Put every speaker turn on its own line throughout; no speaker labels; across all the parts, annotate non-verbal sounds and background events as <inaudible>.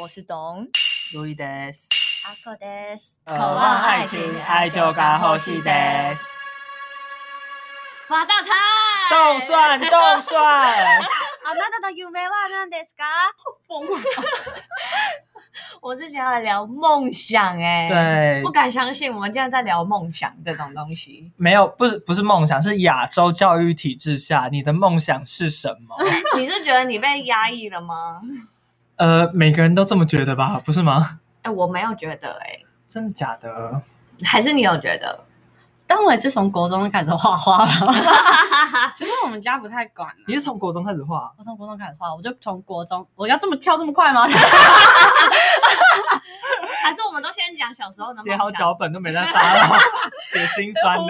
我是董
路易德斯，
阿克德斯，
渴望爱情，爱就该呼吸德斯，
发大财！
动算动算，
あなたの夢は何ですか？好疯狂！我之前要来聊梦想、欸，哎，
对
不，敢相信我们竟然在聊梦想这种东西。 <laughs>
没有不是不是梦想，是亚洲教育体制下你的梦想是什么？
你是觉得你被压抑了吗？
呃，每个人都这么觉得吧，不是吗？
哎、我没有觉得、
真的假的？
哎，还是你有觉得？
但我也是从国中就开始画画了。其实我们家不太管、啊，
你是从国中开始画？
我从国中开始画，我就从国中，我要这么跳这么快吗？
还是我们都先讲小时候的
写
梦
好
想？
脚本都没在打扰，写心酸的。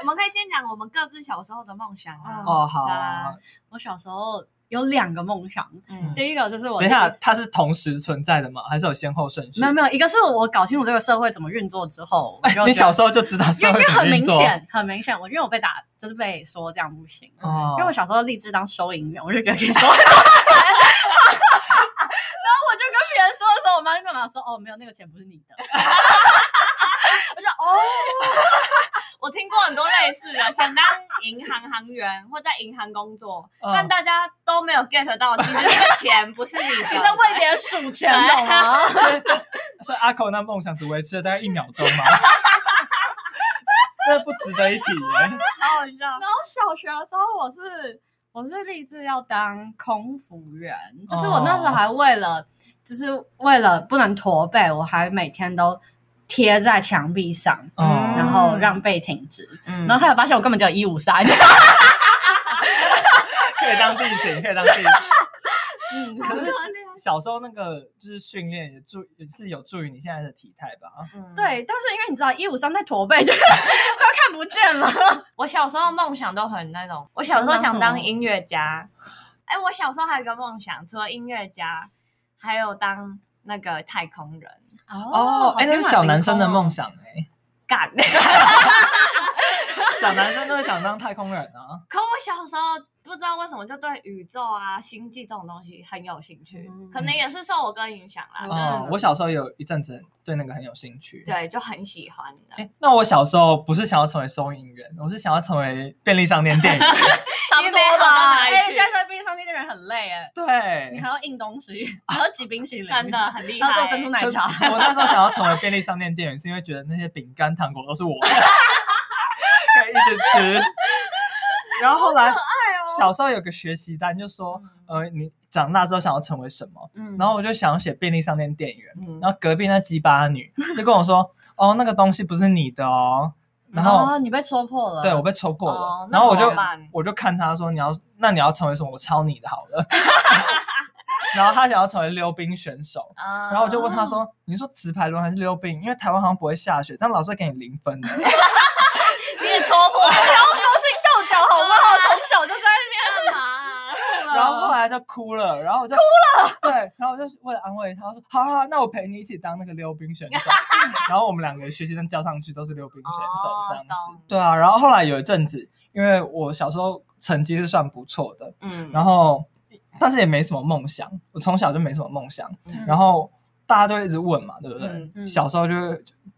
我们可以先讲我们各自小时候的梦想啊。
哦，好啊，
我小时候有两个梦想，
嗯，
第一个就是我
等一下，它是同时存在的吗？还是有先后顺序？
没有没有，一个是我搞清楚这个社会怎么运作之后，我就觉
<laughs>
得
你小时候就知道社
因
会
为因为
怎么
很
运
明
作，
显，很明显，我因为我被打，就是被说这样不行。
哦
因为我小时候立志当收银员，我就觉得可以收然后我就 <laughs> 跟别人说的时候，我妈就干嘛说：“哦，没有，那个钱不是你的。” <laughs> 我就哦，
我听过很多类似的，想当银行行员或在银行工作，
嗯
但大家都没有 get 到，其实那个钱不是 <laughs> 你
你在
的。
为别人数钱，懂吗？
<laughs> 所以阿口那梦想只维持了大概一秒钟嘛， <laughs> 这不值得一提耶。
好好笑。
然后小学的时候，我是我是立志要当空服员，就是我那时候还为了，就是为了不能驼背，我还每天都贴在墙壁上，
哦
然后让背挺直。
嗯
然后后来发现我根本就有一五三， <laughs>
可以当地勤，可以当地勤。
嗯，
可是小时候那个就是训练也助也是有助于你现在的体态吧？
嗯，
对，但是因为你知道一五三在驼背就是 <laughs> 快看不见了，
我小时候梦想都很那种，我小时候想当音乐家。哎，我小时候还有一个梦想，除了音乐家，还有当那个太空人。
哦
哎，那是小男生的梦，想哎，
干！ <laughs>
小男生都想当太空人啊。
可我小时候不知道为什么就对宇宙啊、星际这种东西很有兴趣，
嗯
可能也是受我哥影响啦。
嗯
就是
哦，我小时候有一阵子对那个很有兴趣。。
对，就很喜欢的。
哎，那我小时候不是想要成为收银员，我是想要成为便利商店店员。
差不
因为
多
没好到
吧？
哪里
哎，
去
现在在冰箱店的人很累哎，你
对
还，要印东
<laughs>
西，还要挤冰淇淋，
真的很厉
然
害、
后做珍珠奶茶。
就我那时候想要成为便利商店店员，是因为觉得那些饼干、糖果都是我的，可以一直吃。然后后来，
哦
小时候有个学习单，就说，呃，你长大之后想要成为什么？
嗯
然后我就想要写便利商店店员。
嗯
然后隔壁那鸡巴女就跟我说，哦，那个东西不是你的哦。然后，
哦你被戳破了，
对我被戳破了，
哦那
然后我
怎么
就
办
我就看她说，你要那你要成为什么？我抄你的好了。 <laughs> 然后她想要成为溜冰选手，
啊
然后我就问他说：“你说直排轮还是溜冰？因为台湾好像不会下雪，但老师会给你零分的。
<laughs> 你也戳破
不要勾心斗角哦好不好？从小就在那
干嘛？
边”了，
然后后来就哭了，然后我就哭了。对，然后我就为了安慰他，我说：“好好，那我陪你一起当那个溜冰选
<laughs>
手。”然后我们两个学习生交上去都是溜冰选手
哦
这样子
懂。
对啊，然后后来有一阵子，因为我小时候成绩是算不错的，
嗯
然后但是也没什么梦想，我从小就没什么梦想。
嗯
然后大家就一直问嘛，对不对？
嗯
嗯
小时候就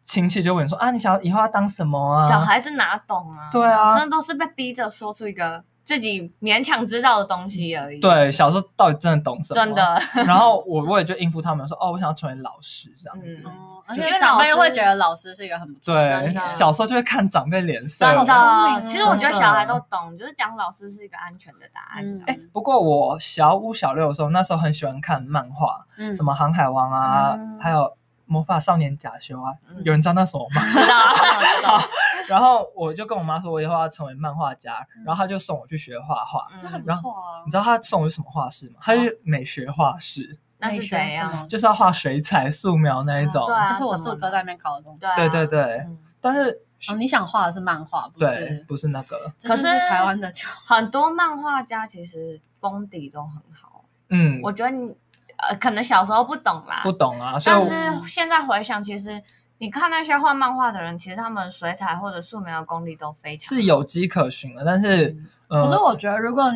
亲戚就问说啊，你想以后要当什么啊？
嗯小孩子哪懂啊？
对啊
真的都是被逼着说出一个自己勉强知道的东西而已。，
对，小时候到底真的懂什么？
真。的，
然后我我也就应付他们说，哦，我想要成为老师这样子。
嗯
哦而且长辈会觉得老师是一个很不错的
真
对
的，
小时候就会看长辈脸色。
真
好聪明
的。
哦
其实我觉得小孩都懂，就是讲老师是一个安全的答案。
嗯
这样
哎，不过我小五小六的时候，那时候很喜欢看漫画，
嗯
什么《航海王》啊，
嗯
还有《魔法少年假修》啊，
嗯
有人知道那什么吗？
知道知道，
<laughs> 然后我就跟我妈说，我以后要成为漫画家，然后她就送我去学画画。
这很
嗯，
不错啊
你。知道她送我去什么画室吗？她
哦
去美学画室。
那是谁
啊
呀？
就是要画水彩、素描那一种。
对啊
这是我数科在那边考的东西。
对啊
对对对
嗯
但是
哦，你想画的是漫画，不
对
是？
不是那个，
这就是
可是
台湾的教
很多漫画家其实功底都很好，
嗯，
我觉得你呃，可能小时候不懂啦，
不懂啊，所以
但
我
是现在回想，其实你看那些画漫画的人，其实他们水彩或者素描的功力都非常
是有迹可循的。但是，
嗯
呃
<clears throat> 可是我觉得，如果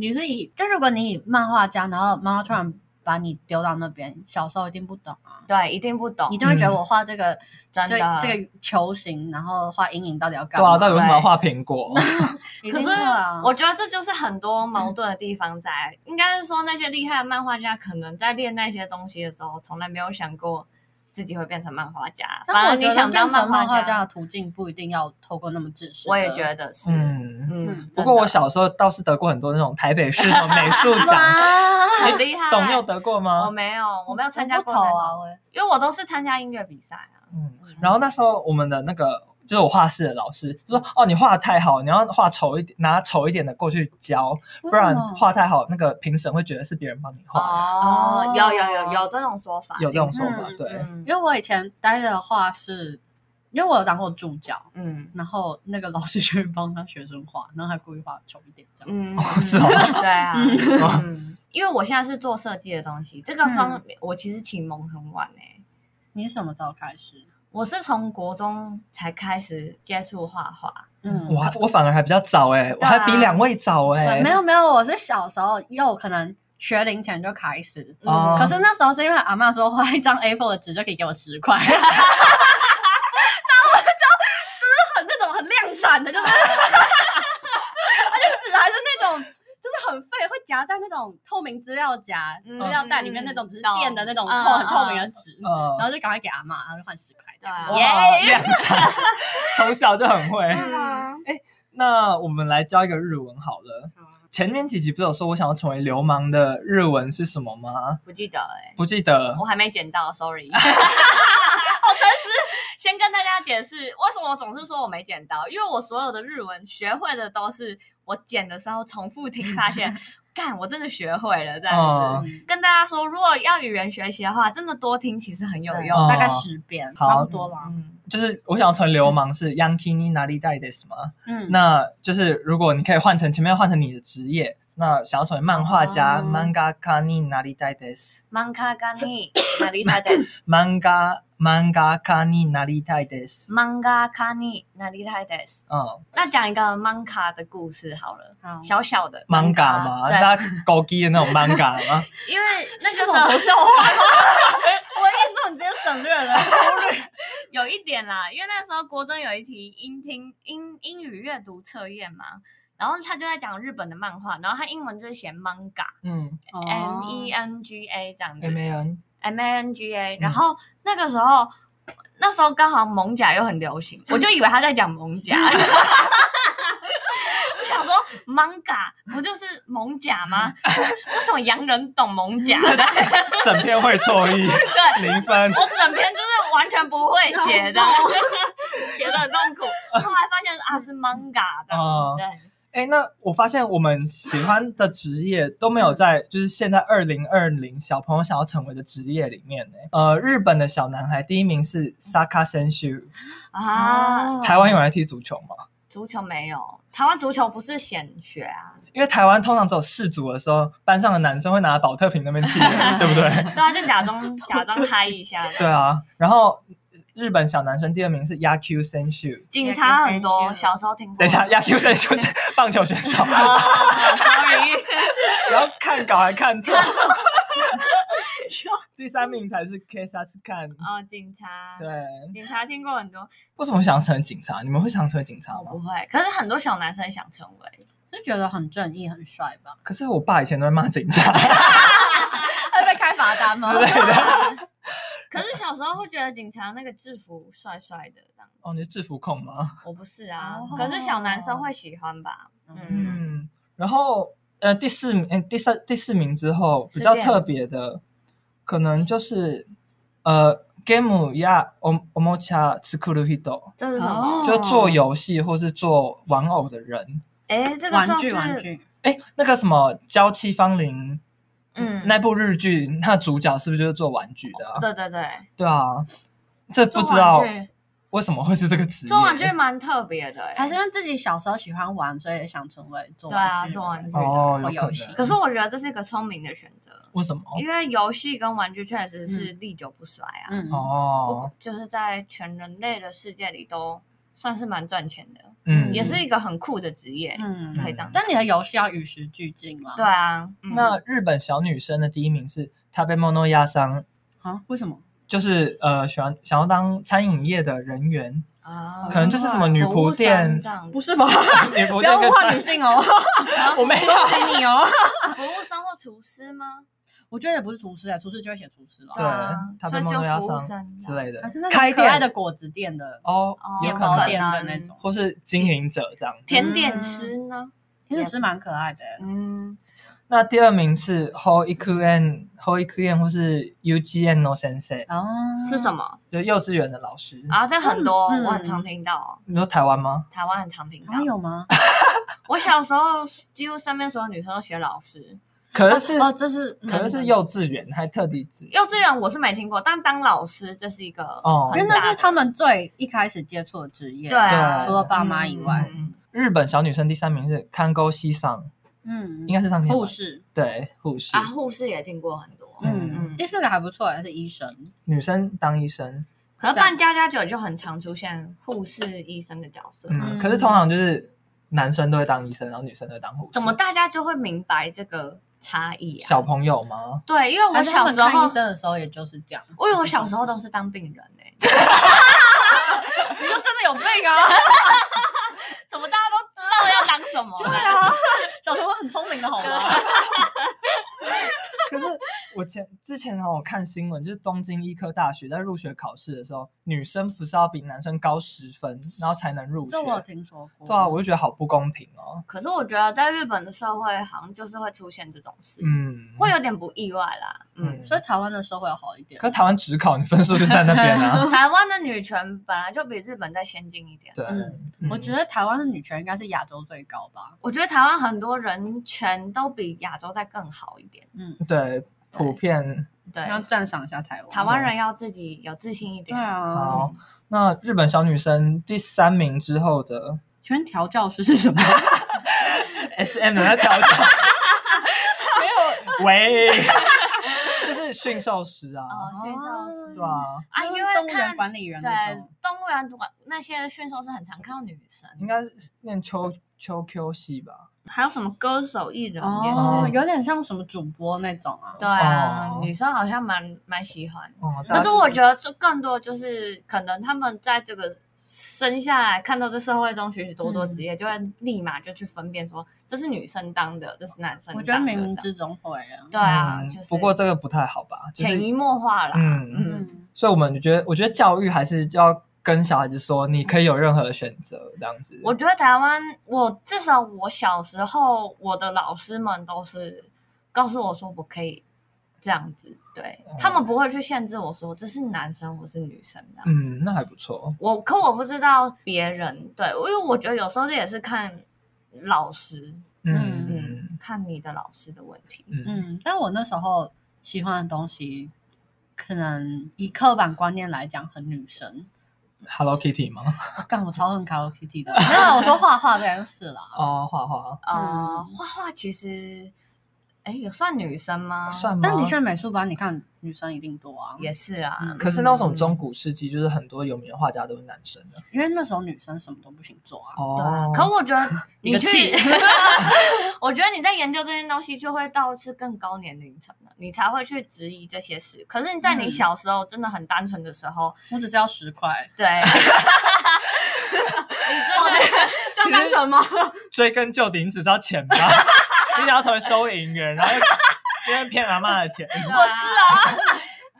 你是以，就如果你以漫画家，然后漫画突然把你丢到那边，小时候一定不懂啊，
对，一定不懂
你，就会觉得我画这个、
真
这
的
这个球形，然后画阴影到底要干
嗯对啊，
嘛？
到底为什么要画苹果？ <laughs> 嗯
一
可
定
是
会啊
我觉得这就是很多矛盾的地方在，应该是说那些厉害的漫画家可能在练那些东西的时候，从来没有想过自己会变成漫画家，
但
反
我
而
觉
你
得
想
变
当
成漫
画
家的，途径不一定要透过那么啊知识。
我也觉得是，嗯
嗯，
嗯，
不过我
真的
小时候倒是得过很多那种台北市什么美术奖，
哇，
很厉害。
董佑得过
我
吗？
没有， <laughs> 我没有参加
不
过
投
那种
啊，我也
因为我都是参加音乐比赛啊。
嗯，然后那时候我们的那个就是我画室的老师就说，哦，你画的太好，你要画丑一点，拿丑一点的过去教，不然画太好，那个评审会觉得是别人帮你画，
哦
哦，
有有有有这种说法，
有这种说法
嗯，
对，
嗯
因为我以前待的画室，因为我有当过助教，
嗯
然后那个老师就会帮他学生画，然后他故意画丑一点这样。
嗯，
是哦
<laughs> 对啊，
哦
嗯，因为我现在是做设计的东西，这个方
嗯
我其实启蒙很晚诶，
你什么时候开始？
我是从国中才开始接触画画，
嗯，
哇，我反而还比较早哎，我
啊
还比两位早哎，
没有没有，我是小时候又可能学龄前就开始。
嗯
哦
可是那时候是因为阿嬷说画一张 A4 的纸就可以给我十
<laughs>
块，然后我就就是很那种很量产的，就是 <laughs> 而且纸还是那种就是很废，会夹在那种透明资料夹、
嗯
资料袋里面那种，只是
懂
垫的那种透
嗯
很透明的
嗯
纸，
嗯
然后就赶快给阿嬷，然后就换十块这样。
对啊
耶
哇， <laughs> 量产，从小就很会。
对啊
那我们来教一个日文好了。前面几集不是有说我想要成为流氓的日文是什么吗？
不记得诶，
不记得
我还没捡到，sorry。好诚实，先跟大家解释为什么我总是说我没捡到，因为我所有的日文学会的都是我捡的时候重复听，发现干我真的学会了这样子。
嗯
跟大家说，如果要语言学习的话，真的多听其实很有
有
用。
用，大概
哦
十遍，
好
差不多啦。
嗯，
就是我想要成为流氓是 Yankee ni n a r i d a i d e s 吗？
嗯，
那就是如果你可以换成前面换成你的职业，那想要成为漫画家、
哦
mangaka ni n a r i d a i d e s
漫画家になりたいです。
<laughs>
manga mangaka ni n a r i d a i d e s
漫画家になりたいです。
嗯
那讲一个 manga 的故事好了，
好
小小的
，manga 嘛，
对，
大家高级的那种 manga 吗？
因为那个时
我
候
不笑话。 <laughs>
<laughs>
我意识到你直接省略了，
有一点啦，因为那时候国中有一题英听英英语阅读测验嘛，然后他就在讲日本的漫画，然后他英文就是写 manga
<laughs> 嗯
哦
m e n g a 这样子
，M A N。
m a n g a，
嗯
然后那个时候。那时候刚好蒙甲又很流
<laughs>
行，我就以为他在讲蒙甲， <laughs> 我想说 manga 不就是蒙甲吗？为什么洋人懂蒙
<laughs>
甲？
整篇会错意，
对，
<laughs> 零分。
我整篇就是完全不会写
<laughs>
的， <laughs> 写的很痛苦。后来发现啊是 manga 的，
哦
对，
哎，那我发现我们喜欢的职业都没有在，就是现在二零二零小朋友想要成为的职业里面呢。呃，日本的小男孩第一名是 Saka Senshu，
啊，
哦
台湾有人踢足球吗？
足球没有，台湾足球不是显学啊，
因为台湾通常只有世足的时候，班上的男生会拿保特瓶那 <laughs> 边踢，对不对？
对啊，就
<laughs>
假装假装嗨一下的。
对啊。然后日本小男生第二名是 Yaku Senshu，
警察很
也
多，
跟
小时候听过。
等一下，Yaku Senshu <laughs> 是棒球选手，
啊，sorry，
不要看稿还看错。 <laughs> 第三名才是 K 萨斯看，
哦，警察，
对。
警察听过很多，
为什么想成为警察？你们会想成为警察
我不
吗？
会，可是很多小男生想成为，
就觉得很正义、很帅吧？
可是我爸以前都会骂警察
<laughs>
<laughs>
会被开罚单 <laughs> 吗
之类
啊
的。
可是小时候会觉得警察那个制服帅帅的，这样
哦，你是制服控吗？
我不是啊
哦，
可是小男生会喜欢吧？嗯。
嗯。然后呃，第四名，嗯，第三第四名之后比较特别的，可能就是呃，game 呀，おおもちゃ作る人，
这是什么
哦？
就做游戏或是做玩偶的人。
哎、这个
玩
算
具
是
玩，具，
哎，那个什么《娇妻芳龄》
嗯，
那部日剧，它的主角是不是就是做玩具的啊？
对对对，
对啊，这不知
做
道
玩具
为什么会是这个职业。
做玩具蛮特别的、欸，
还是因为自己小时候喜欢玩，所以想成为做
对啊
玩具的人
做玩具
哦
或
有可
游戏
能。
可是我觉得这是一个聪明的选择，
为什么？
因为游戏跟玩具确实是历久不衰啊，
嗯，
不
哦，
就是在全人类的世界里都算是蛮赚钱的，
嗯，
也是一个很酷的职业，
嗯
可以这样讲。
但你的游戏要与时俱进啦。
对啊，嗯
那日本小女生的第一名是他被 mono 压伤，
啊？为什么？
就是呃喜欢想要当餐饮业的人员，
啊
可能就是什么女
服务
仆店
生这样子
不是吧？
女仆
不
店
要
跟
物化
餐
女性哦，
<laughs> 我
<laughs>
没有
给你哦。
服务生或厨师吗？
我觉得也不是厨师啊，厨师就会写厨师了，
对
啊
他
所
被
以
梦
就
到要
服务
上
生这
之
样
类的
还是那，
开
种可爱的
店
果子店的
哦
哦，
有
面
可
包
能
店的那
嗯
种，
或是经营者这样子。
甜点
嗯
师呢？
其实是蛮可爱的。欸
嗯，
那第二名是 Ho Ikuen Ho Ikuen 或是 U G N No Sensei，
哦，
是什
么？
么
就幼稚园的老师。
啊？这很多，
嗯
我很常听到哦，
你说台湾吗？
台湾很常听到
还。有吗？
我小时候几乎身边所有女生都写老师，
<coughs> 可是
哦，这是
可是是，幼稚园，还特地指
幼稚园我是没听过，但当老师这是一个
哦
很大的，
因为那是他们最一开始接触的职业。
对啊，
对
除了爸妈以外
嗯
日本小女生第三名是看沟西上，
嗯，
应该是上天吧
护士。
对护士
啊，护士也听过很多，
嗯，
嗯
第四个还不错，还是医生。
女生当医生，
可是办家家酒就很常出现护士、医生的角色嘛，
嗯，
嗯
可是通常就是男生都会当医生，然后女生都会当护士。
怎么大家就会明白这个差异啊？
小朋友吗？
对，因为我
还是他
小
们
时候
看医，生的时候，也就是这样。
我以为我小时候都是当病人哎、
<laughs> 你 <laughs> 就真的有病啊！
怎么大家都知道要当什
<laughs>
么？对啊， <laughs>
小时候很聪明的好吗？
可是我前之前哦，我看新闻，就是东京医科大学在入学考试的时候，女生不是要比男生高十分，然后才能入学
这。我有听说过。
对啊，我就觉得好不公平哦。
可是我觉得在日本的社会好像就是会出现这种事，
嗯，
会有点不意外啦。嗯，
嗯
所以台湾的社会要好一点
可。台湾只考，你分数就在那边啊。
嗯
台湾的女权本来就比日本再先进一点，
对，
嗯
嗯
我觉得台湾的女权应该是亚洲最高吧。
我觉得台湾很多人权都比亚洲再更好一点。
嗯，
对普遍。
对，
要赞赏一下台湾。
台湾人要自己有自信一
对
点。
啊，
好，那日本小女生第三名之后的
请问调教师是什么？
S M 的那条件， <laughs> 没有喂，就是驯兽师啊，
哦，驯兽师
哦
对啊，
<laughs> 啊，因
就是
为
动物园
看
管理员那
对
种。
动物园管那些驯兽师很常看到女生，
应该是念秋秋 Q 系吧？
还有什么歌手艺人也
哦，
嗯
是，
有点像什么主播那种啊。
对啊
哦，
女生好像蛮蛮喜欢。
哦，
可
大
是我觉得这更多就是可能他们在这个生下来看到这社会中许许多多
嗯
职业，就会立马就去分辨说这是女生当的，这是男生当的。
我觉得冥冥
这样
之中会啊。
对啊，
嗯
就是
不过这个不太好吧？就
潜移
是
默化啦。
嗯，
嗯，
所以我们觉得，我觉得教育还是要跟小孩子说，你可以有任何的选择，这样子。
我觉得台湾，我至少我小时候，我的老师们都是告诉我说我可以这样子，对、
哦
他们不会去限制我说这是男生或是女生的。
嗯，那还不错。
我可我不知道别人，对，因为我觉得有时候这也是看老师，
嗯
嗯
嗯，
看你的老师的问题。
嗯
嗯，但我那时候喜欢的东西，可能以刻板观念来讲，很女生。
，Hello Kitty 吗？
我干，我超恨 Hello Kitty <laughs> 的。没有，我说画画这件事
<laughs>
啦。
哦，画画
呃，
嗯
画画其实，哎，有算女生吗？
啊算吗？
但你去嗯美术班，你看女生一定多啊，
也是啊。
嗯
可是那种中古世纪，就是很多有名的画家都是男生的。
因为那时候女生什么都不行做
哦
啊。
对啊，可我
<laughs>
觉得
一
你
个
去
气，
<laughs> 我觉得你在研究这些东西，就会到是更高年龄层了，你才会去质疑这些事。可是你在你
嗯
小时候真的很单纯的时候，
我只是要十块， <laughs>
对，
哦这样单纯吗？
追根究底，你只知道钱吧？你想要成为收银员，然后因为骗阿妈的钱。
我是啊。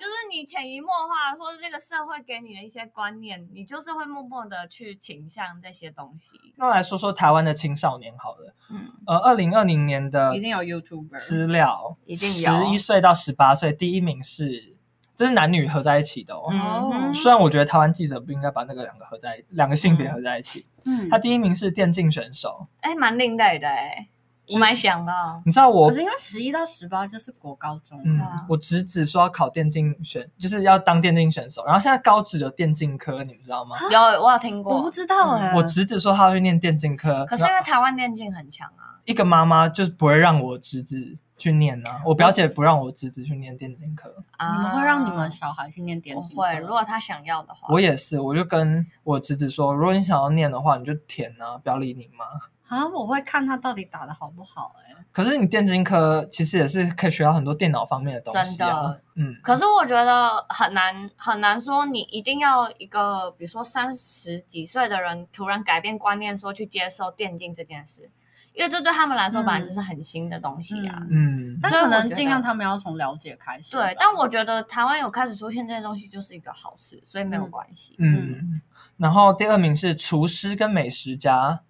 就是你潜移默化，或者这个社会给你的一些观念，你就是会默默的去倾向这些东西。
那来说说台湾的青少年好了，
嗯，
呃，二零二零年的
<laughs> 一定有 YouTuber。
资料，
一定
十
有
一岁到十八岁，第一名是，这是男女合在一起的哦。
嗯
虽然我觉得台湾记者不应该把那个两个合在两个性别合在一起，
嗯
他第一名是电竞选手，
哎，蛮另类的哎，我蛮想到。
你知道我
可是因为十一到十八就是国高中
嗯
啊，
啊，
我侄子说要考电竞选，就是要当电竞选手，然后现在高职有电竞科，你们知道吗？
有，我有听过。
我不知道哎、
我侄子说他要去念电竞科，
啊可是因为台湾电竞很强啊，
一个妈妈就是不会让我侄子去念呢、我表姐不让我侄子去念电竞科，
你们会让你们小孩去念电
不
竞？
啊会，如果他想要的话，
我也是，我就跟我侄子说，如果你想要念的话，你就填啊，不要理你妈。
啊，我会看他到底打的好不好、欸，哎，
可是你电竞科其实也是可以学到很多电脑方面的东西、啊，嗯，
可是我觉得很难很难说，你一定要一个比如说三十几岁的人突然改变观念，说去接受电竞这件事，因为这对他们来说
嗯
本来就是很新的东西啊。
嗯，
但
所以
可
我
能
觉
尽
得
量他们要从了解开始吧。
对，但我觉得台湾有开始出现这些东西就是一个好事，所以没有
嗯
关系。
嗯，然后第二名是厨师跟美食家，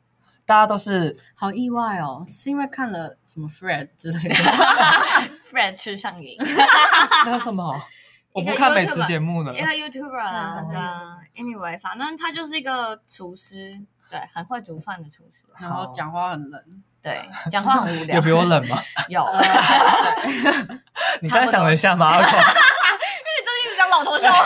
大家都是
好意外哦，是因为看了什么 Fred 之
<laughs>
类的。
Fred 吃上瘾，
嗯
<laughs>
那个什么，我不看美食节目了
一。个 YouTuber 啊，
对
对啊。Anyway，反正他就是一个厨师，对，很会煮饭的厨师。
然后讲话很冷，
<laughs>
对，讲话很无聊。
有
<laughs>
比我冷吗？ <laughs>
有，
你刚才想了一下吗？
一直讲老头笑话。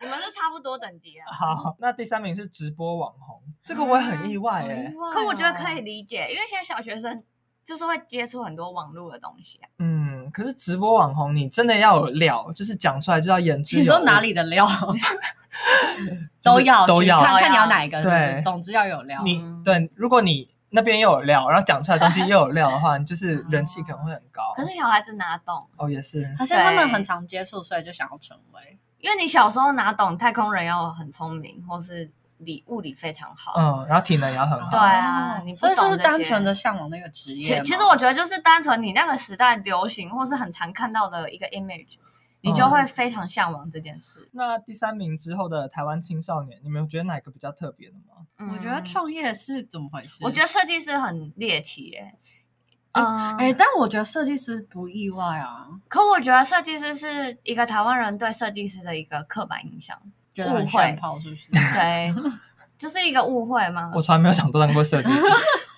你们是差不多等级啊，
哦
好，那第三名是直播网红，这个我也很意外哎。
啊
可我觉得可以理解，因为现在小学生就是会接触很多网络的东西啊。
嗯，可是直播网红你真的要有料，就是讲出来就要言之有
你
物。
说哪里
<laughs>
的料都要
都
去
要
看看你要
啊
哪一个，是不是
对
总之要有料。
你
嗯
对，如果你那边又有料，然后讲出来的东西又有料的话，你就是人气可能会很高。
哦可是小孩子哪懂？
哦，也是，
好像他们很常接触，所以就想要成为。
因为你小时候哪懂太空人要很聪明，或是理物理非常好。
嗯，然后体能也要很好。
对啊
哦
你不
所以
懂
就是
这
单
些
纯的向往那个职业
其
嘛。
其实我觉得就是单纯你那个时代流行或是很常看到的一个 image，你
嗯
就会非常向往这件事。
那第三名之后的台湾青少年，你们有觉得哪个比较特别的吗？
嗯
我觉得，创业是怎么回事？
我觉得设计师很猎奇耶、嗯，
哎、但我觉得设计师不意外啊，
可我觉得设计师是一个台湾人对设计师的一个刻板印象，
觉得很
误会
炫炮是不 <laughs>
<laughs>
是？
对，就是一个误会嘛。
我从来没有想到当过设计师，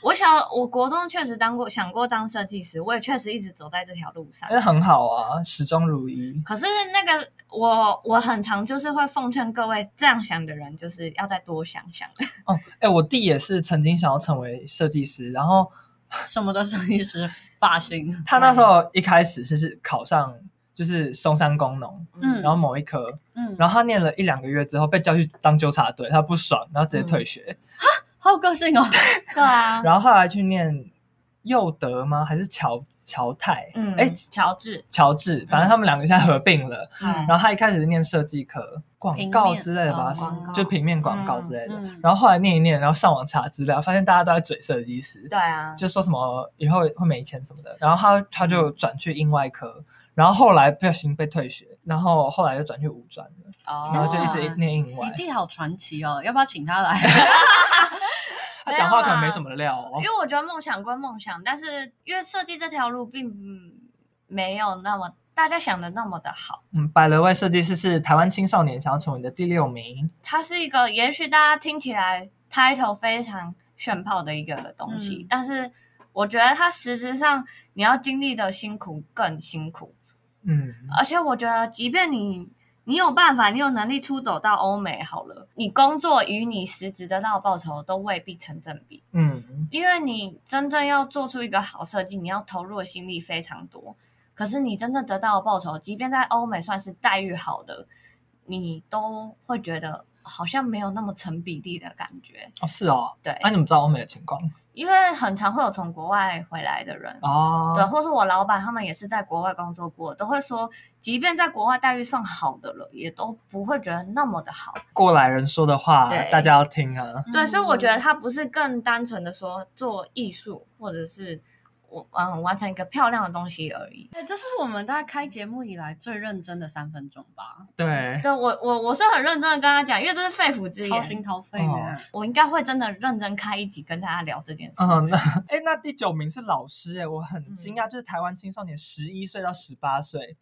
我想，我国中确实当过，想过当设计师，我也确实一直走在这条路上
但。是很好啊，始终如一。
可是那个我，我很常就是会奉劝各位这样想的人，就是要再多想想。
哎，我弟也是曾经想要成为设计师，然后
什么的设计师，发
<laughs>
型，
他那时候一开始是是考上就是松山工农，
嗯
然后某一科，
嗯，
然后他念了一两个月之后被叫去当纠察队，他不爽，然后直接退学。
好有个性哦，
对啊，
然后后来去念佑德吗？还是乔乔泰？
<laughs> 嗯，
哎、
乔治，
乔治，反正他们两个现在合并了。
嗯
然后他一开始是念设计科，广
平
告
面
之类的吧，
哦
是
广告
就平面广告之类的。
嗯
然后后来念一念，然后上网查资料，发现大家都在嘴设计师，
对啊，
就说什么以后会没钱什么的。然后他他就转去英外科，然后后来不小心被退学，然后后来又转去五专了，
哦
然后就一直念英外
你。弟好传奇哦，要不要请他来？
啊
他讲话可能没什么料哦
因。为我觉得梦想归梦想，但是因为设计这条路并嗯没有那么大家想的那么的好。
嗯，百乐位设计师是台湾青少年想要成为的第六名。
它是一个，也许大家听起来 title 非常炫炮的一个东西，
嗯
但是我觉得它实质上你要经历的辛苦更辛苦。
嗯，
而且我觉得，即便你你有办法，你有能力出走到欧美好了，你工作与你实质得到的报酬都未必成正比。
嗯，
因为你真正要做出一个好设计，你要投入的心力非常多。可是你真正得到的报酬，即便在欧美算是待遇好的，你都会觉得好像没有那么成比例的感觉。
哦，是哦。
对，
那、你怎么知道欧美的情况？
因为很常会有从国外回来的人，
哦，
对，或是我老板他们也是在国外工作过，都会说，即便在国外待遇算好的了，也都不会觉得那么的好。
过来人说的话，
对
大家要听啊。
<laughs> 对，所以我觉
嗯
得
<laughs>
它不是更单纯的说做艺术，或者是我嗯完成一个漂亮的东西而已。
哎，这是我们大概开节目以来最认真的三分钟吧，
对，
对我我我是很认真的跟他讲，因为这是肺腑之
掏心
言，
掏肺的。
我应该会真的认真开一集跟大家聊这件事。
嗯，那哎，那第九名是老师哎、我很惊讶，
嗯
就是台湾青少年十一岁到十八岁，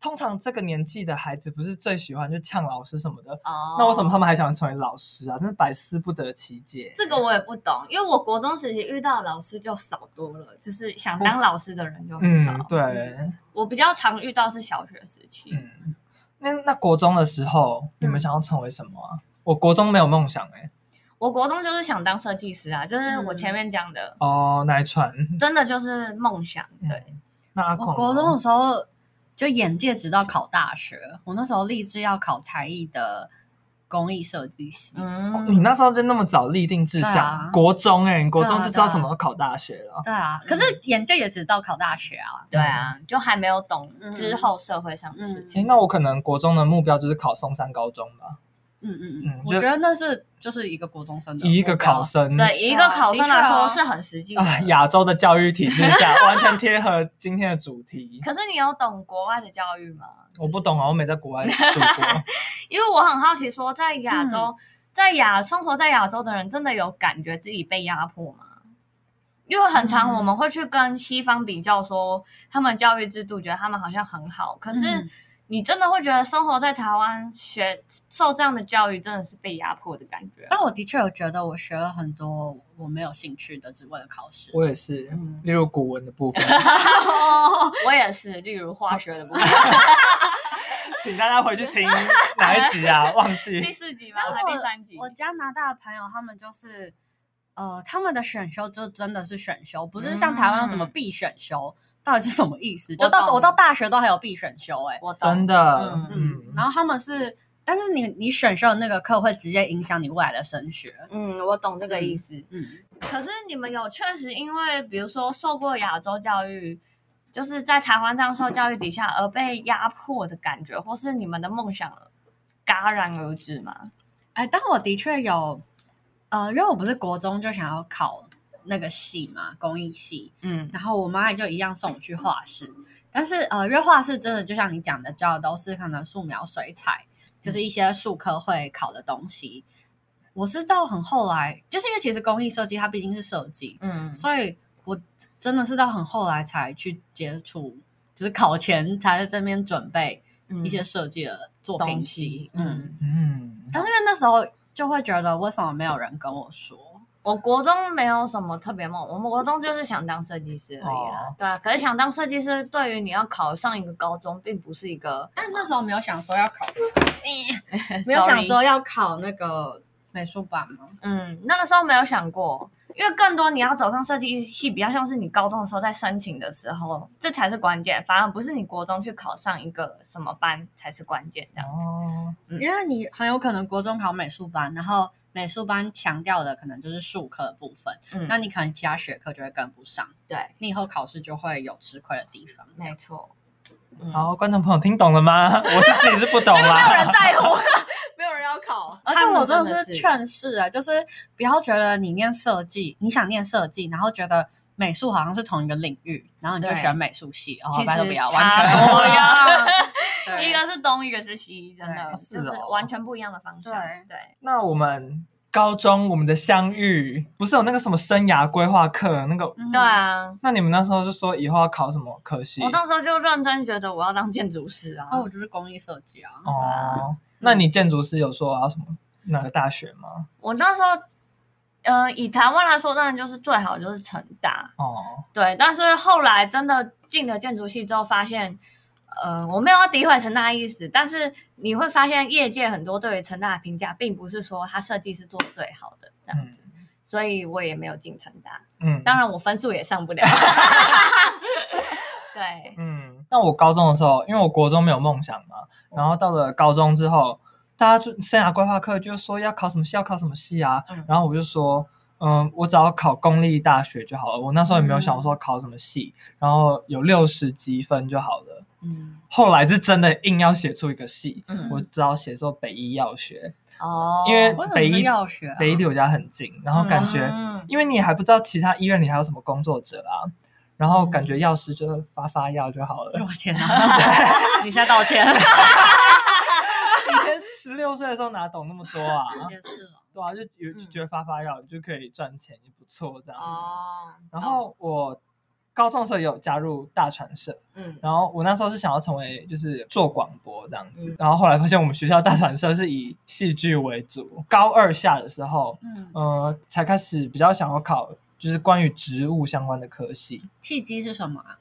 通常这个年纪的孩子不是最喜欢就呛老师什么的。
哦，
那为什么他们还想成为老师啊？真是百思不得其解。
这个我也不懂，因为我国中时期遇到的老师就少多了，就是想当老师的人就很少。
哦嗯，对，
我比较常遇到是小学时期，
嗯，那那国中的时候，你
嗯
们想要成为什么啊？我国中没有梦想哎、
我国中就是想当设计师啊，就是我
嗯
前面讲的，
哦，那一串。
真的就是梦想。对，
那阿
我
孔
国中的
呢
时候就眼界直到考大学，我那时候立志要考台艺的工艺设计系。
嗯
哦你那时候就那么早立定志
对
向，
啊
国中哎、你国中
对啊
就知道
对啊
什么要考大学了。
对啊，可
嗯
是眼界也只到考大学啊。
对啊，就还没有懂
嗯
之后社会上的事
哎、
情。
那我可能国中的目标就是考松山高中吧，
嗯嗯
嗯
我
就
觉得那是就是一个国中生的
以一个
目标
考生
对，以一
啊
个考生来
哦
说是很实际的。
啊亚洲的教育体制下，
<laughs>
完全贴合今天的主题。
可是你有懂国外的教育吗？
我不懂啊，我没在国外住
<laughs>
过。
因为我很好奇，说在亚
嗯
洲，在亚生活在亚洲的人，真的有感觉自己被压迫吗？因为很常
嗯
我们会去跟西方比较说，他们教育制度觉得他们好像很好，可是
嗯
你真的会觉得生活在台湾学受这样的教育，真的是被压迫的感觉。
但我的确有觉得我学了很多我没有兴趣的，只为了考试。
我也是，
嗯
例如古文的
<laughs>
部分，
我也是，例如化学的部分，
请大家回去听哪一集啊？忘
第
记。
<laughs>
四集吗？
那
还是第三集？
我加拿大的朋友他们就是，呃，他们的选修就真的是选修，不是像台湾有什么
嗯
必选修，到底是什么意思？
我
就到
懂
我到大学都还有必选修、欸，哎，
我懂
真的，
嗯
嗯，
然后他们是，但是你你选修的那个课会直接影响你未来的升学。
嗯，我懂这个意思。
嗯，
可是你们有确实因为，比如说受过亚洲教育，就是在台湾这样受教育底下而被压迫的感觉，或是你们的梦想戛然而止吗？
哎，但我的确有，呃，因为我不是国中就想要考那个系嘛，工艺系，
嗯
然后我妈也就一样送我去画室，但是呃，因为画室真的就像你讲的，教的都是可能素描、水彩，
嗯
就是一些术科会考的东西。我是到很后来，就是因为其实工艺设计它毕竟是设计，
嗯，
所以我真的是到很后来才去接触，就是考前才在这边准备一些设计的作品
嗯东
集
西。，
嗯，
嗯，
嗯，
但是因为那时候就会觉得为什么没有人跟我说？
我国中没有什么特别梦，我们国中就是想当设计师而已啦。
哦
对啊，可是想当设计师，对于你要考上一个高中，并不是一个，
但那时候没有想说要考， <laughs>
<laughs>
没
没
有
有
想
想说
说要考那个美术班吗？
嗯，那个时候没有想过，因为更多你要走上设计系，比较像是你高中的时候在申请的时候，这才是关键，反而不是你国中去考上一个什么班才是关键这样。
哦，
因为你很有可能国中考美术班，然后美术班强调的可能就是术科的部分，
嗯，
那你可能其他学科就会跟不上，
对，
你以后考试就会有吃亏的地方。
没错。嗯
好，观众朋友听懂了吗？ <laughs> 我是自己是不懂
<laughs>
没有人
啦。
在乎，没有人要 <laughs> 考，
而且我真的是
是
劝世啊，就是不要觉得你念设计，你想念设计，然后觉得美术好像是同一个领域，然后你就
对
选美术系，哦
其，
拜
实
托不要，完
差
全
不
不
多
一样。
呀。
<laughs> 对
一个是东，一个是西，真的
对
就是
哦
完全不一样的方向。
对
对，
那我们高中我们的相遇，不是有那个什么生涯规划课那个？
嗯
对啊，
那你们那时候就说以后要考什么科系？哦
我那时候就认真觉得我要当建筑师啊。
那我就是工艺设计啊，
哦，那
嗯
你建筑师有说我要什么哪个大学吗？
我那时候，呃，以台湾来说，当然就是最好就是成大，
哦，
对。但是后来真的进了建筑系之后，发现，呃，我没有要诋毁成大的意思，但是你会发现业界很多对于成大的评价，并不是说它设计是做得最好的这样，
嗯
所以我也没有进成大。
嗯，
当然，我分数也上不了。
<laughs>
对，
嗯，那我高中的时候，因为我国中没有梦想嘛，
哦
然后到了高中之后，大家就生涯规划课就说要考什么系，要考什么系啊，
嗯
然后我就说，嗯，我只要考公立大学就好了。我那时候也没有
嗯
想说考什么系，然后有六十几分就好了。
嗯，
后来是真的硬要写出一个系，
嗯
我只好写说北医药学，
哦，
因为
我怎么
北
是
医
药学啊？
北医离我家很近，然后感觉、
嗯
因为你还不知道其他医院里还有什么工作者啊，然后感觉药师就发发药就好了。 <laughs>
我天哪！啊 <laughs> 你现在道歉？
以前十六岁的时候哪懂那么多啊？
也是哦。
对啊，就有就
嗯
觉得发发药就可以赚钱，也不错这样子。
哦，
然后我高中的时候也有加入大传社，
嗯
然后我那时候是想要成为就是做广播这样子，
嗯
然后后来发现我们学校大传社是以戏剧为主。高二下的时候，
嗯，
呃，才开始比较想要考就是关于植物相关的科系，
契机是什么啊？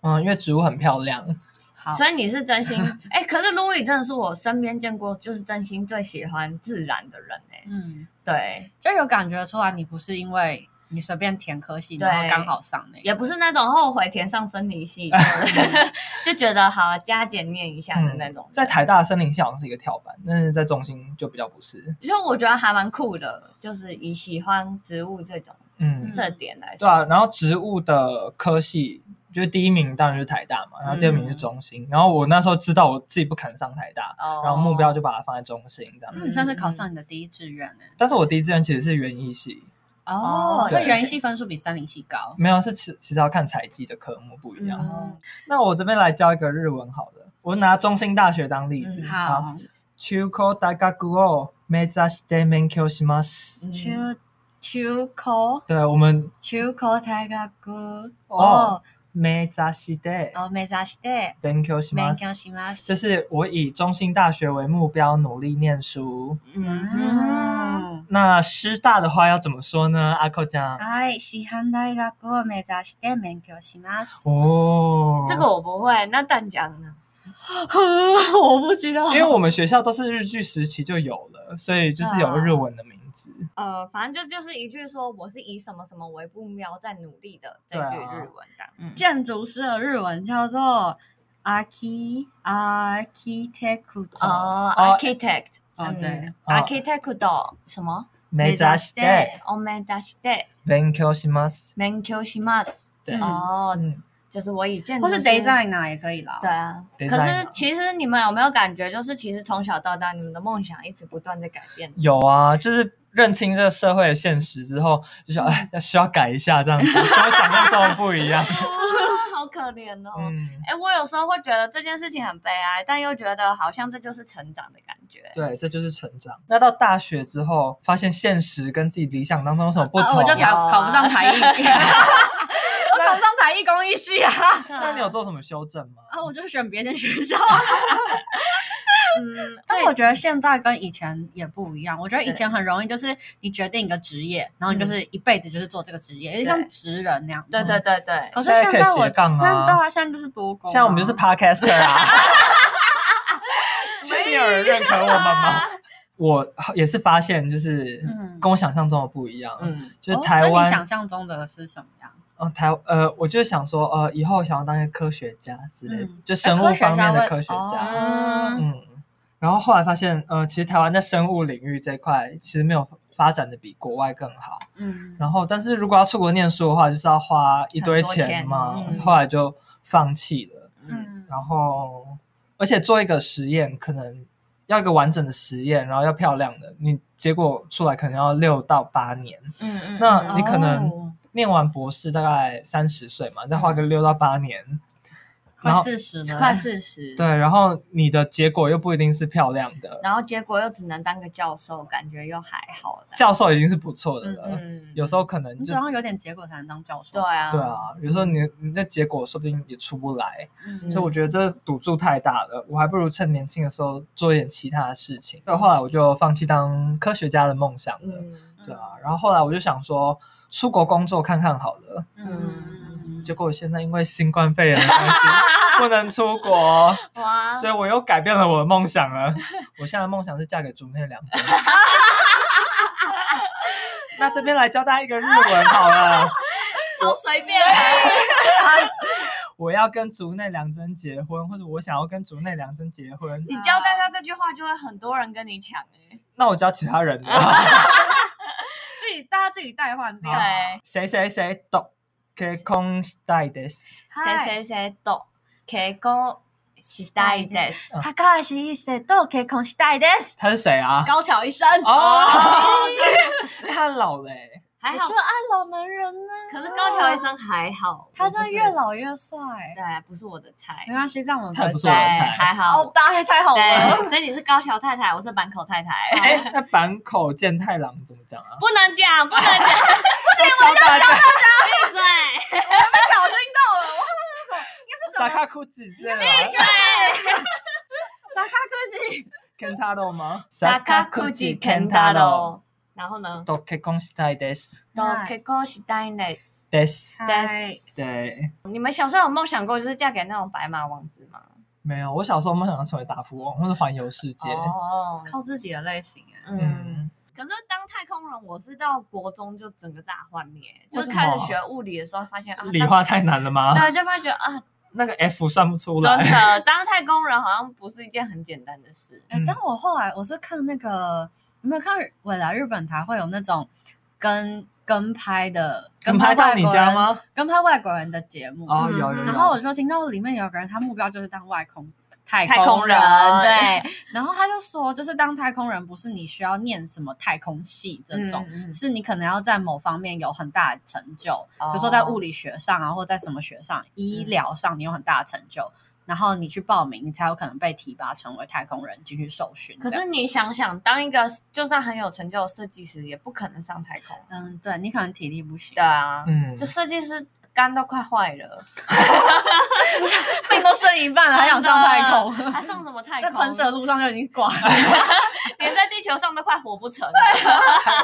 嗯，因为植物很漂亮，
好，
所以你是真
<laughs>
心哎、可是 Louis 真的是我身边见过就是真心最喜欢自然的人哎、
嗯，
对，
就有感觉出来，你不是因为你随便填科系，
对
然后刚好上那个。嗯
也不是那种后悔填上分离系，
嗯
<laughs> 就就觉得好加减念一下的那种人。
在台大森林系好像是一个跳板，但是在中心就比较不是。
就我觉得还蛮酷的，就是以喜欢植物这种、
嗯，
这点来说，
对啊。然后植物的科系，就是第一名当然就是台大嘛，然后第二名是中心。然后我那时候知道我自己不肯上台大，
哦
然后目标就把它放在中心这样。
嗯，算是考上你的第一志愿哎。
但是我第一志愿其实是园艺系，
哦
所
对
以园艺系分数比三零系高。
没有是其其实要看采集的科目不一样。
哦
嗯
那我这边来教一个日文好了，我拿中心大学当例子。
嗯
好，
中高大学を目指して勉強します。
嗯
中中高
对，我们
中高大学
哦
哦
目指して
哦目指して
勉強します，
勉強します。
就是我以中心大学为目标努力念书。
嗯，
嗯。
那师大的话要怎么说呢？阿寇讲
啊
はい、師範大学を目指して勉強します。
哦，
这个我不会。那蛋讲呢？
<laughs> 我不知道
因为我们学校都是日据时期就有了，所以就是有日文的名
<laughs>
字。
呃，反正就就是一句说我是以什么什么为目标在努力的这
啊
句日文这样。嗯，
建筑师的日文叫做 archi architect。
哦
哦
，architect，
哦
嗯
对
，architect 什么？
目指して
お目指して
勉強します。
勉強します。
对，
嗯
哦，
嗯，
就是我以建筑
或
师
是 design 啊也可以啦。
对，啊，可
Design
是其实你们有没有感觉，就是其实从小到大，你们的梦想一直不断的改
<laughs>
变？ <laughs>
有啊，就是认清这个社会的现实之后，就想哎，要需要改一下这样子，跟我想象中不一
<laughs>
样。
啊好可怜哦！
嗯，
哎、我有时候会觉得这件事情很悲哀，但又觉得好像这就是成长的感觉。
对，这就是成长。那到大学之后，发现现实跟自己理想当中有什么不同？
啊我就
调
考考不上台
<laughs>
艺， <laughs> 我考不上台艺工艺系啊。
那你有做什么修正吗？
啊，我就选别的学校。
嗯，
但
对
我觉得现在跟以前也不一样。我觉得以前很容易，就是你决定一个职业，然后你就是一辈子就是做这个职业，有点像职人那样。
嗯
嗯
对对对对，
可是
现在
现
可以
在我
斜杠啊
现在啊现在就是多工啊，
现在我们就是 podcaster
<laughs>
啊。 <laughs> 确定有人认可我们吗？我也是发现，就是
啊嗯
跟我想象中的不一样。嗯，
嗯，
就是
哦
台
所以
湾
你，想象中的是什么样？
哦，台呃，我就是想说，呃，以后想要当一个科学家之类的，
嗯
就生物方面的科学
呃科学家
家。
会
哦
嗯，然后后来发现，呃，其实台湾在生物领域这一块其实没有发展的比国外更好。
嗯，
然后，但是如果要出国念书的话，就是要花一堆钱
很
嘛
多钱。嗯
后来就放弃了。
嗯，
然后，而且做一个实验，可能要一个完整的实验，然后要漂亮的，你结果出来可能要六到八年。
嗯嗯，
那你可
哦
能念完博士大概三十岁嘛，再花个六到八年，
<laughs> 快
然后
四十了，
快 <laughs> 四十，
对，，然后你的结果又不一定是漂亮的。
然后结果又只能当个教授，感觉又还好的。
教授已经是不错的了，
嗯，
有时候可能
你
就
总要有点结果才能当教授。
对，啊，
对，啊，有时候你你的结果说不定也出不来，
嗯
所以我觉得这赌注太大了，我还不如趁年轻的时候做一点其他的事情。所以后来我就放弃当科学家的梦想了。
嗯，
对啊，然后后来我就想说，出国工作看看好了。
嗯，
结果我现在因为新冠肺炎的关系不能出国，
哇，
所以我又改变了我的梦想了。 <laughs> 我现在的梦想是嫁给竹内良真。 <laughs> 那这边来教大家一个日文好了，
超随便的，
我要跟竹内良真结婚，或者我想要跟竹内良真结婚，
你教大家这句话，就会很多人跟你抢哎。
那我教其他人了。
自己大家自己代换掉。
对，
谁谁谁懂？結婚したいです。
谁
嗨，
谁谁と結婚したいです。
高橋一生と結婚したいです。
他是谁啊？
高桥一生，
哦， <laughs> 对他老了欸。
还好
我就，爱老男人呢。
可是高桥医生还好，
他
这
真的越，老越帅。
对，不是我的菜
没，关系，这样我们
他也不是
对，
我的菜
还好，，
哦大家太好了。
对，所以你是高桥太太，我是坂口太太，
哎，那坂口健太郎怎么讲啊？
不能讲，不能讲，
教大家
闭嘴，
小心到了，我
<laughs> 萨卡库啊吉之类的
闭
吗
嘴。
傻卡科
<laughs>
技。
，Kentaro 吗？
萨卡库吉肯塔罗，然后呢，
と結婚したいです。
都
はい
結婚したいです。
です。
嗨
对，
你们小时候有梦想过就是嫁给那种白马王子吗？
没有，我小时候梦想成为大富翁或是环游世界。
哦，
靠自己的类型哎。
嗯，可是当太空人，我是到国中就整个大幻灭，就
为
是
什
开始
么
学物理的时候发现啊，
<laughs> 理
当
化太难了吗？
对，就发觉啊，
那个 F 算不出
真
来，
的当太空人好像不是一件很简单的事。
哎、
嗯
但我后来我是看那个，有没有看未来日本台会有那种跟跟拍的，
跟
跟
拍到
外
你
国
家
人？
吗？
跟拍外国人的节目。
哦，
嗯
有有有。
然后我就听到里面有个人，他目标就是当外空太
太空
空人，
人
对。然后他就说，就是当太空人不是你需要念什么太空系这种，
嗯，
是你可能要在某方面有很大的成就，
比
比如说在物
理，
理学上啊，或在什么学上、
嗯
医疗上，你有很大的成就，然后你去报名，你才有可能被提拔成为太空人进去受训。
可
这
是
样，
你想想，当一个就算很有成就的设计师，也不可能上太空。
嗯，对你可能体力不行
对，啊，
嗯
就，设计师肝都快坏了，
病都剩一半了，还想上太
真的
空，
<laughs> 还上什么太
<laughs> 在
空？
喷射路上就已经挂了。
连在地球上都快活不成了。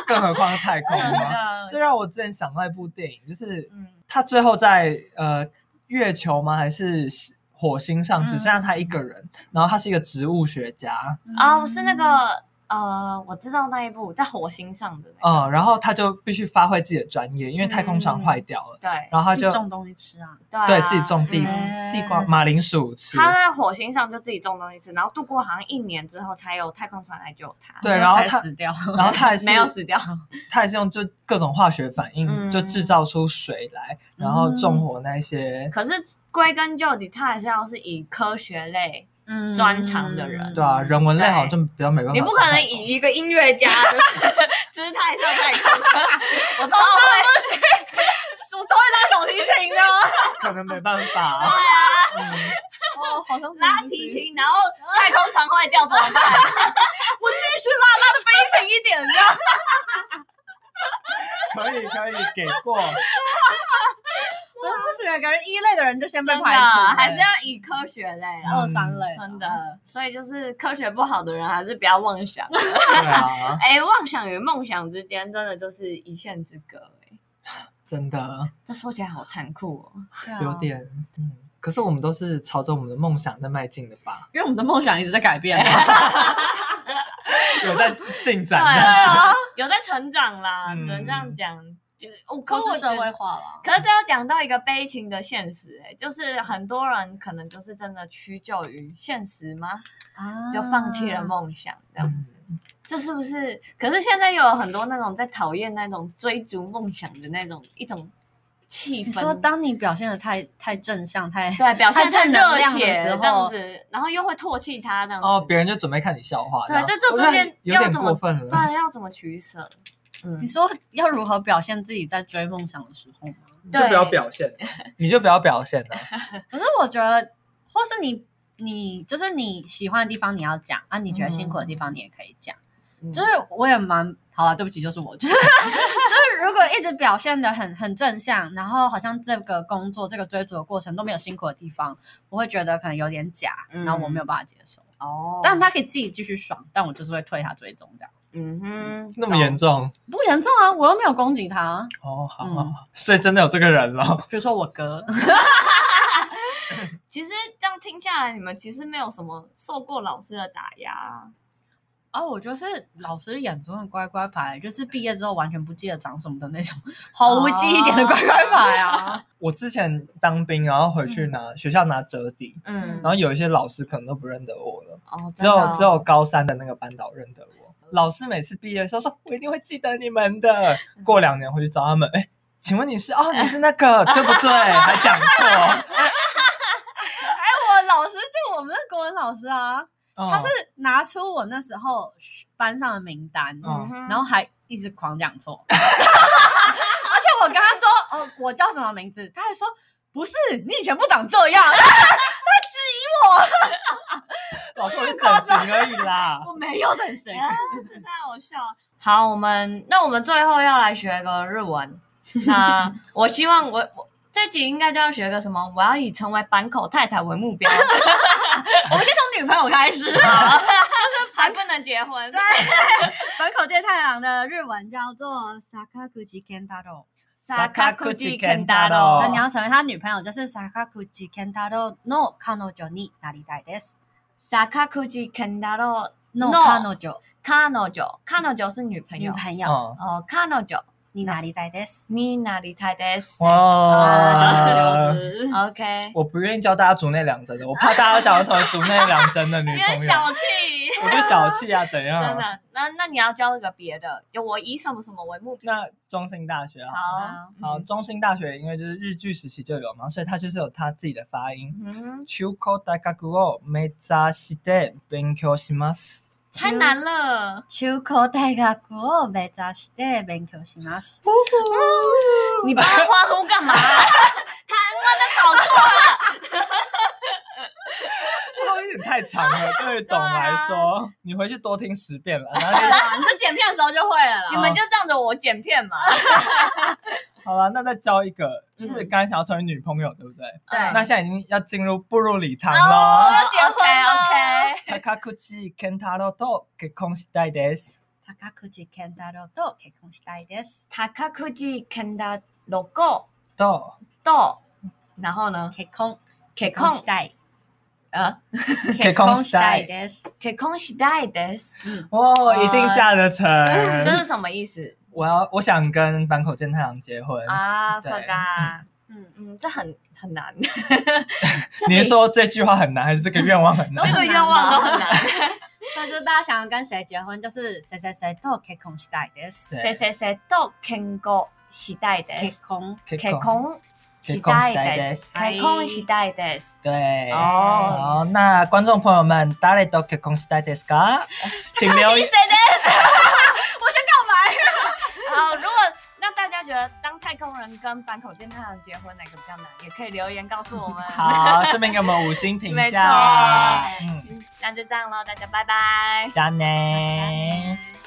更何况是太空
真
吗？ <laughs> 这
的，
让我之前想到一部电影，就是
嗯，
他最后在呃月球吗？还是火星上只剩下他一个人，然后他是一个植物学家，
啊，是那个呃，我知道那一部在火星上的那个，
嗯，然后他就必须发挥自己的专业，因为太空船坏掉了，
对
然后他
自
就
己种东西吃啊，
对啊
对自己种地
嗯
地瓜、马铃薯吃，
他在火星上就自己种东西吃，然后度过好像一年之后，才有太空船来救他。
对然后
才
他
死 <laughs> 掉。
然后他还是嗯
没有死掉。
他还是用就各种化学反应、
嗯
就制造出水来，然后纵火那一些，
可是归根究底，他还是要是以科学类，
嗯
专长的人哦
对啊，人文类
对
好像就比较没办法上太空。
你不可能以一个音乐家的 <laughs> 姿态上太空。 <laughs> 我超会，
<laughs> 我超会拉小提琴的，
可能没办
<laughs>
法、
啊
嗯
哦，好像
拉提，琴，然后太空船坏掉怎么办？
<laughs> 我继续拉，拉的悲情一点这样。
可以可以给过，
我不行，啊感觉一类的人就先被
真的
排除了，
还是要以科学类啊。
二三类，
真的，所以就是科学不好的人还是不要妄想。 <laughs>
对啊，
哎、妄想与梦想之间真的就是一线之隔、哎，
真的
这说起来好残酷哦。
对啊
有点嗯。可是我们都是朝着我们的梦想在迈进的吧？
因为我们的梦想一直在改变。 <laughs>
有在进展
对
的，
啊，有在成长啦，
嗯
只能这样讲。就是哦，可
可
我
是
觉
社会
得，
化了，
可是这要讲到一个悲情的现实、哎，就是很多人可能就是真的屈就于现实吗？
啊
就放弃了。梦想，这样。
嗯
这是不是？可是现在又有很多那种在讨厌那种追逐梦想的那种一种气氛。
你说，当你表现的太太正向、太
对表现
太正
太
能
热
量的
血
时候
这样子，然后又会唾弃他这样子。
哦，别人就准备看你笑话。
对
样
这这
我觉得
中间
有点
要怎么
过分了。
对，要怎么取舍？嗯
你，说要如何表现自己在追梦想的时候吗？
你就不要
<laughs>
表现了，你就不要表现了。
可是我觉得，或是你你就是你喜欢的地方你要讲啊，你觉得辛苦的地方你也可以讲。
嗯
就是我也蛮好了，对不起，就是我，就是 <laughs> 就是如果一直表现的很很正向，然后好像这个工作这个追逐的过程都没有辛苦的地方，我会觉得可能有点假，
嗯
然后我没有办法接受。
哦
但他可以自己继续爽，但我就是会退他追踪这样，
嗯哼，
那么严重
不严重啊，我又没有攻击他。
哦，好
嗯
好好，所以真的有这个人了。 <laughs>
比如说我哥，
其实这样听下来，你们其实没有什么受过老师的打压，
啊，我就是老师眼中的乖乖牌，就是毕业之后完全不记得长什么的那种，毫无哦记忆点
哦
的乖乖牌啊。
我之前当兵，然后回去拿学校拿折抵，
<laughs> 嗯
然后有一些老师可能都不认得我了，
哦，
只有只有高三的那个班导认得我。老师每次毕业的时候说：“我一定会记得你们的。”
嗯
过两年回去找他们，哎，请问你是
<laughs>
哦，你是那个对不对？还讲错，
哎，我老师就我们的国文老师啊，
哦
他是拿出我那时候班上的名单，
嗯
然后还一直狂讲错，而且我跟他说，哦，我叫什么名字，他还说不是，你以前不长这样。。
老师我是整形而已啦
<laughs>
我没有整谁
啊，这太好笑了。好，我们那我们最后要来学个日文。 <laughs> 那我希望我我这集应该就要学个什么？我要以成为坂口太太为目标。我们先从女朋友开始好了，就是 <laughs> 还不能结
<laughs>
婚。对， <laughs>
坂口健太郎的日文叫做 Sakaguchi Kentaro，、
Sakakuji
哦
Kentaro，
所以你要成为他女朋友，就是 Sakaguchi Kentaro no 彼女になりたいです。
Sakakuji Kentaro no
no 彼女
，Kanojo Kanojo 是女朋
女
友，
朋友，
嗯，
哦，Kanojo
你哪里在 this？
你哪里太 des
<laughs>
啊
哇！
是
OK，
我不愿意教大家组内两针的，我怕大家想要成为组内两针的女
<laughs> 因
朋
为
友，
小气。
<laughs> 我就小气啊，怎样
真？的，那那你要教一个别的，就我以什么什么为目标。
那中兴大学啊，
好，
好，中兴大学因为就是日剧时期就有嘛，所以它就是有它自己的发音。
嗯，
中高大学を目指して勉強します。
太难了。
中高大学を目指して勉強します。
你帮他欢呼干嘛？ <laughs> 他他的搞错了。
这个有点太长了，对于懂来
啊
说，你回去多听十遍了。然后
<laughs>
就 <laughs>
啦，你在剪片的时候就会了哦
啦
你们就仗着我剪片嘛。
好了，那再教一个，
嗯
就是刚才想要成为女朋友，对不对？
<laughs> 对
那现在已经要进入步入礼堂
嗯哦，
喽。
要结婚了。
高口健太郎と結婚したいです。
高口健太郎と結婚したいです。
高くじけんだロゴ
と
と，然后呢？
結婚
結
婚
婚
したい。
呃，
結婚したい
です。
結婚したいです。
哦，一定嫁得成。
这 <laughs> 是什么意思
我要，我想跟坂口健太郎结婚。
啊？
对
そうか。
嗯，
嗯，这很很 <laughs> 难。
你是说这句话很难，还是这个愿望很难
每？个愿望都很难。啊
所以就是大家想要跟谁结婚，就是谁谁谁と結婚したいです。
谁
对
谁谁都健康したいで
結
す。
婚
結婚し
結婚
たい
し
で。
たいですす
結婚したいです。
对。
哦，
好，那观众朋友们，誰と結婚したいですか？请留
谁
言。
的？我在干嘛呀？好，如果那大家觉得当太空人跟坂口健太郎结婚哪个比较难，也可以留言告诉我们。，
好，顺便给我们五星
<laughs>
评
没错
价。嗯，
那就这样喽，大家拜拜。
加呢。
拜拜